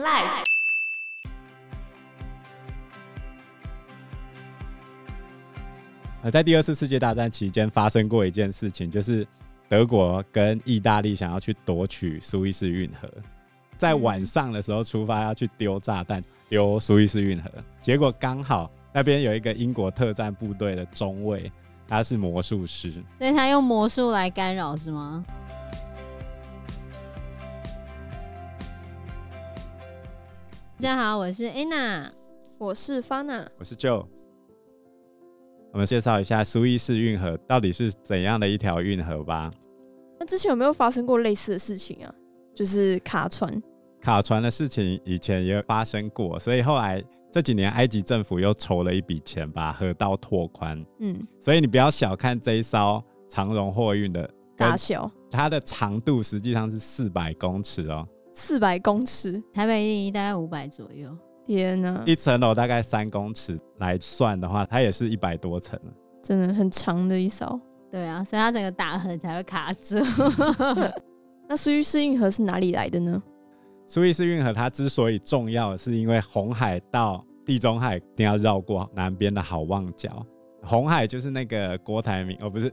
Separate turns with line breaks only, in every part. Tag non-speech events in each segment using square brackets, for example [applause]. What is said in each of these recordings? Life。
呃，在第二次世界大战期间发生过一件事情，就是德国跟意大利想要去夺取苏伊士运河，在晚上的时候出发要去丢炸弹，丢苏伊士运河，结果刚好那边有一个英国特战部队的中尉，他是魔术师，
所以他用魔术来干扰是吗？大家好，我是 Anna。
我是 Fana，
我是 Joe。我们介绍一下苏伊士运河到底是怎样的一条运河吧。
那之前有没有发生过类似的事情啊？就是卡船，
卡船的事情以前也发生过，所以后来这几年埃及政府又筹了一笔钱，把河道拓宽。
嗯，
所以你不要小看这一艘长荣货运的，
大小
它的长度实际上是四百公尺哦，
四百公尺，
台北一零一大概五百左右，
天哪，
一层楼大概三公尺来算的话，它也是一百多层了。
真的很长的一艘。
对啊，所以他整个打横才会卡住。 [laughs]
那苏伊士运河是哪里来的呢？
苏伊士运河它之所以重要，是因为红海到地中海一定要绕过南边的好望角。红海就是那个郭台铭，哦，不是，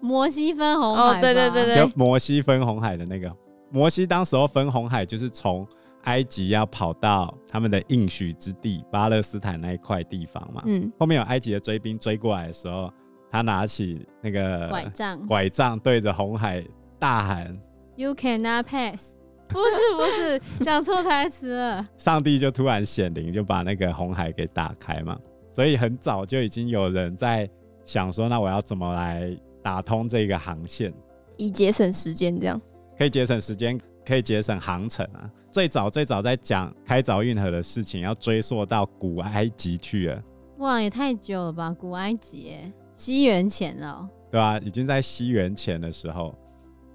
摩西分红
哦
海吧
对对对对
就摩西分红海的那个。摩西当时候分红海，就是从埃及要跑到他们的应许之地巴勒斯坦那一块地方嘛。
嗯，
后面有埃及的追兵追过来的时候，他拿起那个
拐杖
拐杖对着红海大喊，
，You cannot pass。不是不
[laughs]
是，讲错台词了。
上帝就突然显灵，就把那个红海给打开嘛。所以很早就已经有人在想说，那我要怎么来打通这个航线？
以节省时间这样。
可以节省时间，可以节省航程啊。最早最早在讲开凿运河的事情，要追溯到古埃及去了，
哇，也太久了吧，古埃及耶，西元前了哦。
对吧、已经在西元前的时候，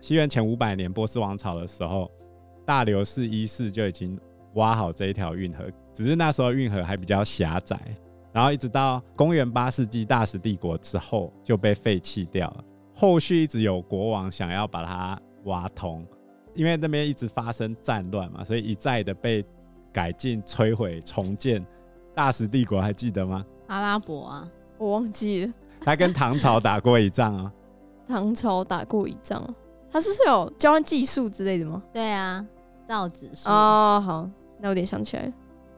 西元前五百年波斯王朝的时候，大流士一世就已经挖好这一条运河，只是那时候运河还比较狭窄，然后一直到公元八世纪大食帝国之后就被废弃掉了。后续一直有国王想要把它挖通，因为那边一直发生战乱嘛，所以一再的被改进、摧毁、重建。大食帝国还记得吗？
阿拉伯啊，
我忘记了，
他跟唐朝打过一仗啊。
唐朝打过一仗，他是不是有交换技术之类的吗？
对啊，造纸术。
哦，好，那我有点想起来了，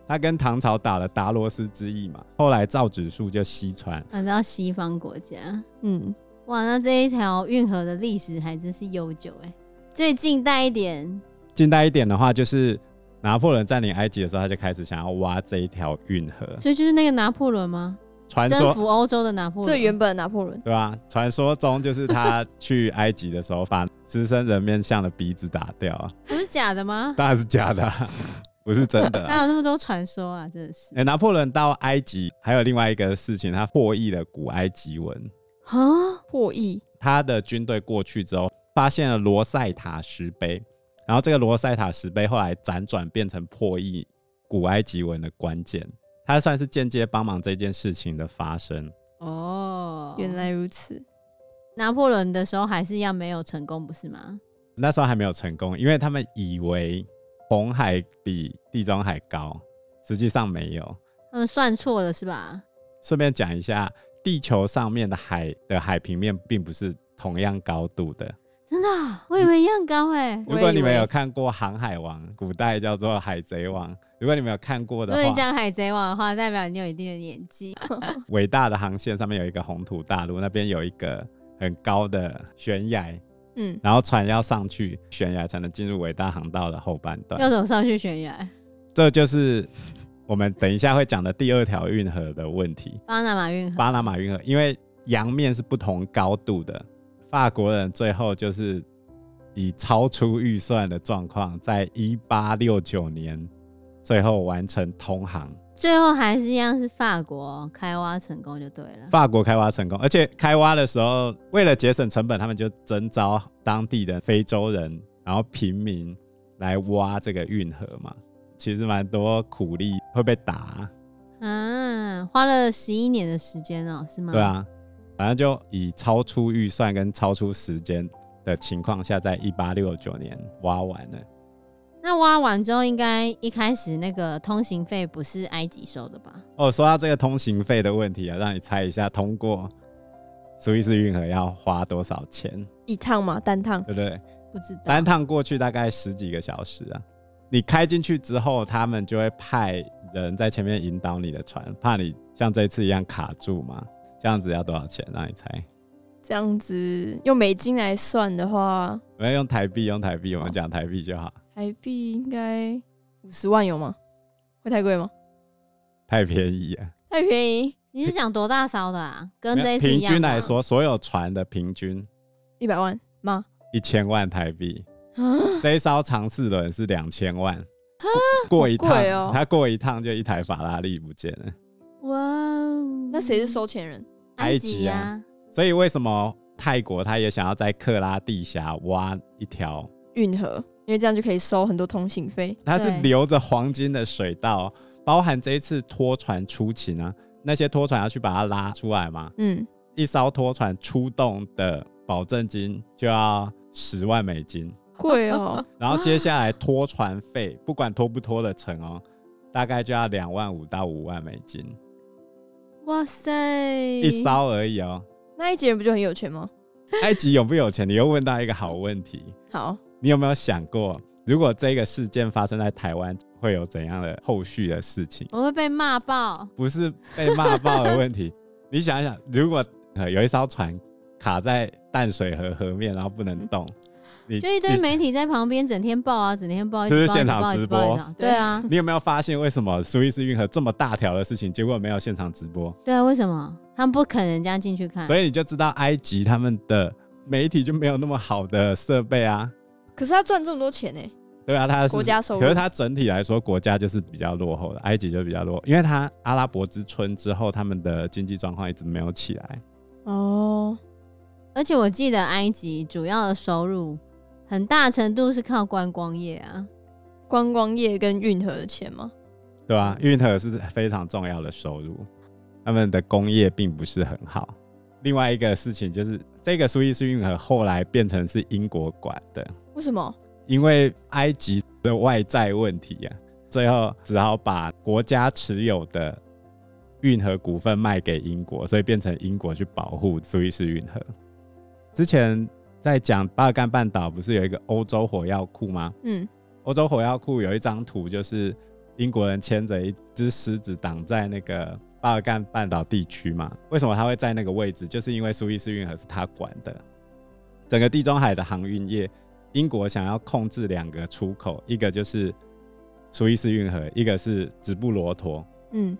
他跟唐朝打了达罗斯之役嘛，后来造纸术就西传。
反正到西方国家。
嗯，
哇，那这一条运河的历史还真是悠久哎。最近代一点，
近代一点的话，就是拿破仑占领埃及的时候，他就开始想要挖这一条运河。
所以就是那个拿破仑吗？
传
征
说
服欧洲的拿破仑。
最原本的拿破仑，
对吧？传说中就是他去埃及的时候，把狮身人面像的鼻子打掉啊，
不是假的吗？
当然是假的、啊， [laughs] 不是真的、
[laughs]
啊。
哪有那么多传说啊？真的是
哎、拿破仑到埃及还有另外一个事情，他获益了古埃及文。
啊，
破译，
他的军队过去之后，发现了罗塞塔石碑，然后这个罗塞塔石碑后来辗转变成破译古埃及文的关键，他算是间接帮忙这件事情的发生。
哦，
原来如此，
拿破仑的时候还是一样没有成功，不是吗？
那时候还没有成功，因为他们以为红海比地中海高，实际上没有。
他们算错了是吧？
顺便讲一下，地球上面的海的海平面并不是同样高度的。
真的啊，我以为一样高哎、
嗯
我
如果
以
你们
为
有看过《航海王》，古代叫做《海贼王》，如果你们有看过的
如果你
话，
讲海贼王的话，代表你有一定的年纪。
伟大的航线上面有一个红土大陆，那边有一个很高的悬崖，
嗯，
然后船要上去悬崖才能进入伟大航道的后半
要
段。
走上去悬崖，
这就是我们等一下会讲的第二条运河的问题
巴拿马
——
运河。
巴拿马运河，因为洋面是不同高度的。法国人最后就是以超出预算的状况，在一八六九年最后完成通航。
最后还是一样是法国开挖成功就对了。
法国开挖成功，而且开挖的时候，为了节省成本，他们就征召当地的非洲人，然后平民来挖这个运河嘛。其实蛮多苦力会被打啊，
啊，花了十一年的时间哦、是吗？
对，啊，反正就以超出预算跟超出时间的情况下，在一八六九年挖完了。
那挖完之后，应该一开始那个通行费不是埃及收的吧？
哦，说到这个通行费的问题啊，让你猜一下，通过苏伊士运河要花多少钱，
一趟嘛，单趟
对不对？
不知道
单。趟过去大概十几个小时啊。你开进去之后，他们就会派人在前面引导你的船，怕你像这次一样卡住嘛。这样子要多少钱？啊让你猜？
这样子用美金来算的话，
我要用台币，用台币，我们讲台币就好，
台币应该五十万有吗？会太贵吗？
太便宜啊。
太便宜，
你是想多大烧的啊？跟
没
这
有
一次一
平
样
均
吗
来，说，所有船的平均
一百万 [gasps] 吗？
一千万台币，
啊，
这一艘长四轮是两千万。过一趟
好贵哦，
他过一趟就一台法拉利不见了。
哇哦，
那谁是收钱人？
埃
埃及
及啊
啊？所以为什么泰国他也想要在克拉地峡挖一条？
运河，因为这样就可以收很多通行费。
它是
对
流着黄金的水道，包含这一次拖船出勤啊，那些拖船要去把它拉出来嘛。
嗯，
一艘拖船出动的保证金就要十万美金，
贵哦，
然后接下来拖船费，不管拖不拖得成哦，大概就要两万五到五万美金
哇塞，
一
一
艘而已哦。
那一节不就很有钱吗？
埃及有不有钱？你又问到一个好问题。
好，
你有没有想过，如果这个事件发生在台湾，会有怎样的后续的事情？
我会被骂爆。
不是被骂爆的问题， [laughs] 你想一想，如果、呃、有一艘船卡在淡水河河面，然后不能动，
嗯
你
就一堆
你
媒体在旁边整天报啊，整天报，一
就
直
是
报，
现
一直
场
报，一
直
直报，一
播
直报对啊，
你有没有发现为什么苏伊士运河这么大条的事情，结果没有现场直播？
对啊，为什么他们不肯人家进去
啊
看？
所以你就知道埃及他们的媒体就没有那么好的设备啊。
可是他赚这么多钱呢、欸
对啊，它是
国家收入
可是它整体来说，国家就是比较落后的，埃及就比较落后，因为它阿拉伯之春之后，他们的经济状况一直没有起来。
哦，
而且我记得埃及主要的收入很大程度是靠观光业啊。
观光业跟运河的钱吗？
对啊，运河是非常重要的收入，他们的工业并不是很好。另外一个事情就是，这个苏伊士运河后来变成是英国管的，
为什么？
因为埃及的外债问题啊，最后只好把国家持有的运河股份卖给英国，所以变成英国去保护苏伊士运河。之前在讲巴尔干半岛不是有一个欧洲火药库吗？
嗯，
欧洲火药库有一张图，就是英国人牵着一只狮子挡在那个巴尔干半岛地区嘛。为什么他会在那个位置？就是因为苏伊士运河是他管的，整个地中海的航运业，英国想要控制两个出口，一个就是苏伊士运河，一个是直布罗陀。
嗯，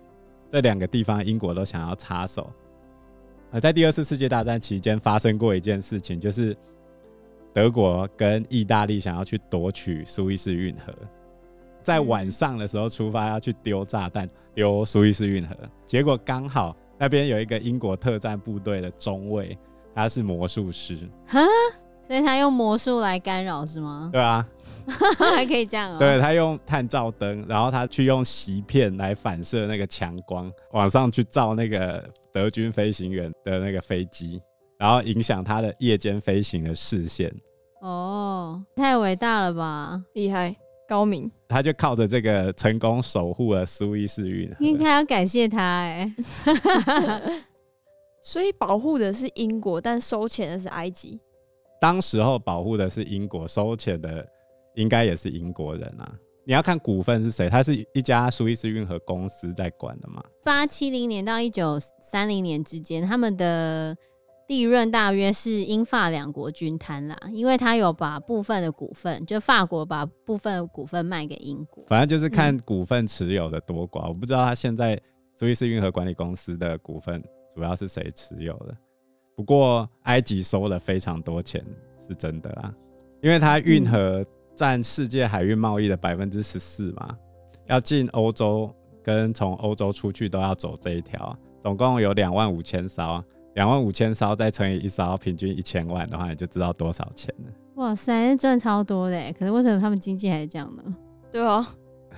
这两个地方英国都想要插手。呃，在第二次世界大战期间发生过一件事情，就是德国跟意大利想要去夺取苏伊士运河，在
嗯
晚上的时候出发要去丢炸弹，丢苏伊士运河，结果刚好那边有一个英国特战部队的中尉，他是魔术师，
哈，所以他用魔术来干扰是吗？
对啊，
[laughs] 还可以这样哦、
对他用探照灯，然后他去用席片来反射那个强光，往上去照那个德军飞行员的那个飞机，然后影响他的夜间飞行的视线。
哦，太伟大了吧！
厉害，高明， [laughs]
他就靠着这个成功守护了苏伊士运
应
河。
该要感谢他哎、
所以保护的是英国，但收钱的是埃及。
当时候保护的是英国，收钱的应该也是英国人啊。你要看股份是谁，它是一家苏伊士运河公司在管的嘛。
八七零年到一九三零年之间，他们的利润大约是英法两国均摊啦，因为他有把部分的股份，就法国把部分的股份卖给英国。
反正就是看股份持有的多寡。我不知道他现在苏伊士运河管理公司的股份主要是谁持有的。不过埃及收了非常多钱，是真的啦，因为它运河占世界海运贸易的百分之十四嘛，要进欧洲跟从欧洲出去都要走这一条啊，总共有两万五千艘啊，两万五千艘再乘以一艘，平均一千万的话，你就知道多少钱了， [laughs]
哇塞，那赚超多的欸！可是为什么他们经济还是这样呢？
对啊，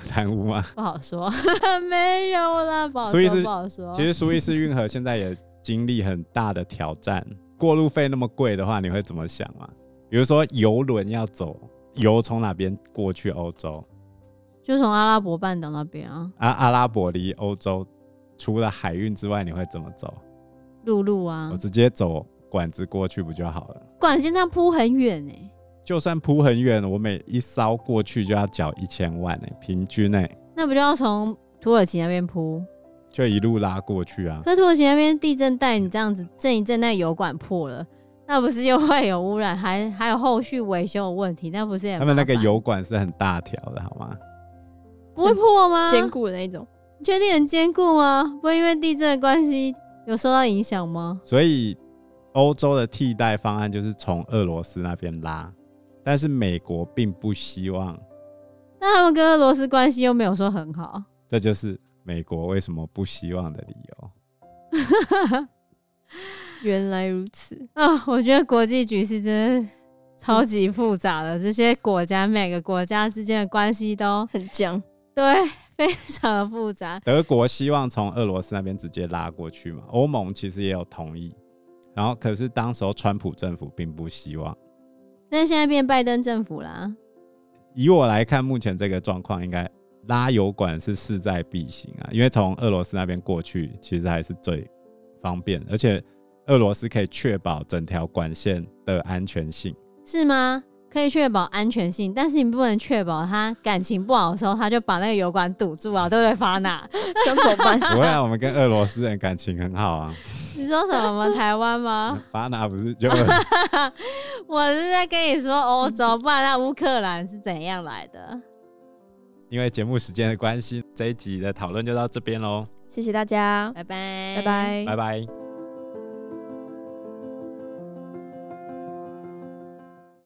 贪污吗？
不好说， [laughs] 没有啦，不好
所以
说，
是
不好说。
其实苏伊士运河现在也经历很大的 [laughs] 挑战，过路费那么贵的话，你会怎么想啊？比如说游轮要走油从哪边过去欧洲？
就从阿拉伯半岛那边啊，
啊，阿拉伯离欧洲除了海运之外，你会怎么走？
陆路啊
我，直接走管子过去不就好了？
管线上铺很远欸呢、
就算铺很远，我每一艘过去就要缴一千万呢、欸平均呢、
那不就要从土耳其那边铺？
就一路拉过去啊。
可土耳其那边地震带，你这样子震一震，那油管破了，那不是又会有污染，还还有后续维修的问题，那不是也
他们那个
麻烦
油管是很大条的，好吗？
不会破吗？
坚固的那一种。
你确定很坚固吗？不会因为地震的关系有受到影响吗？
所以欧洲的替代方案就是从俄罗斯那边拉，但是美国并不希望，
但他们跟俄罗斯关系又没有说很好，
这就是美国为什么不希望的理由。
原来如此，
[laughs] 啊，我觉得国际局势真的超级复杂的，这些国家每个国家之间的关系都
很僵。
对非常的复杂。
德国希望从俄罗斯那边直接拉过去嘛，欧盟其实也有同意，然后可是当时候川普政府并不希望。
但现在变拜登政府啊啦，
以我来看，目前这个状况应该拉油管是势在必行啊，因为从俄罗斯那边过去其实还是最方便，而且俄罗斯可以确保整条管线的安全性。
是吗？可以确保安全性，但是你不能确保他感情不好的时候，他就把那个油管堵住啊，对不对，法娜？
想怎么办？
[laughs] 不会啊，我们跟俄罗斯人感情很好啊。
[laughs] 你说什么吗？台湾吗？ [laughs]
法纳不是就 [laughs]
我是在跟你说欧洲，不然那乌克兰是怎样来的？
因为节目时间的关系，这一集的讨论就到这边喽，
谢谢大家，
拜拜，
拜拜
拜拜。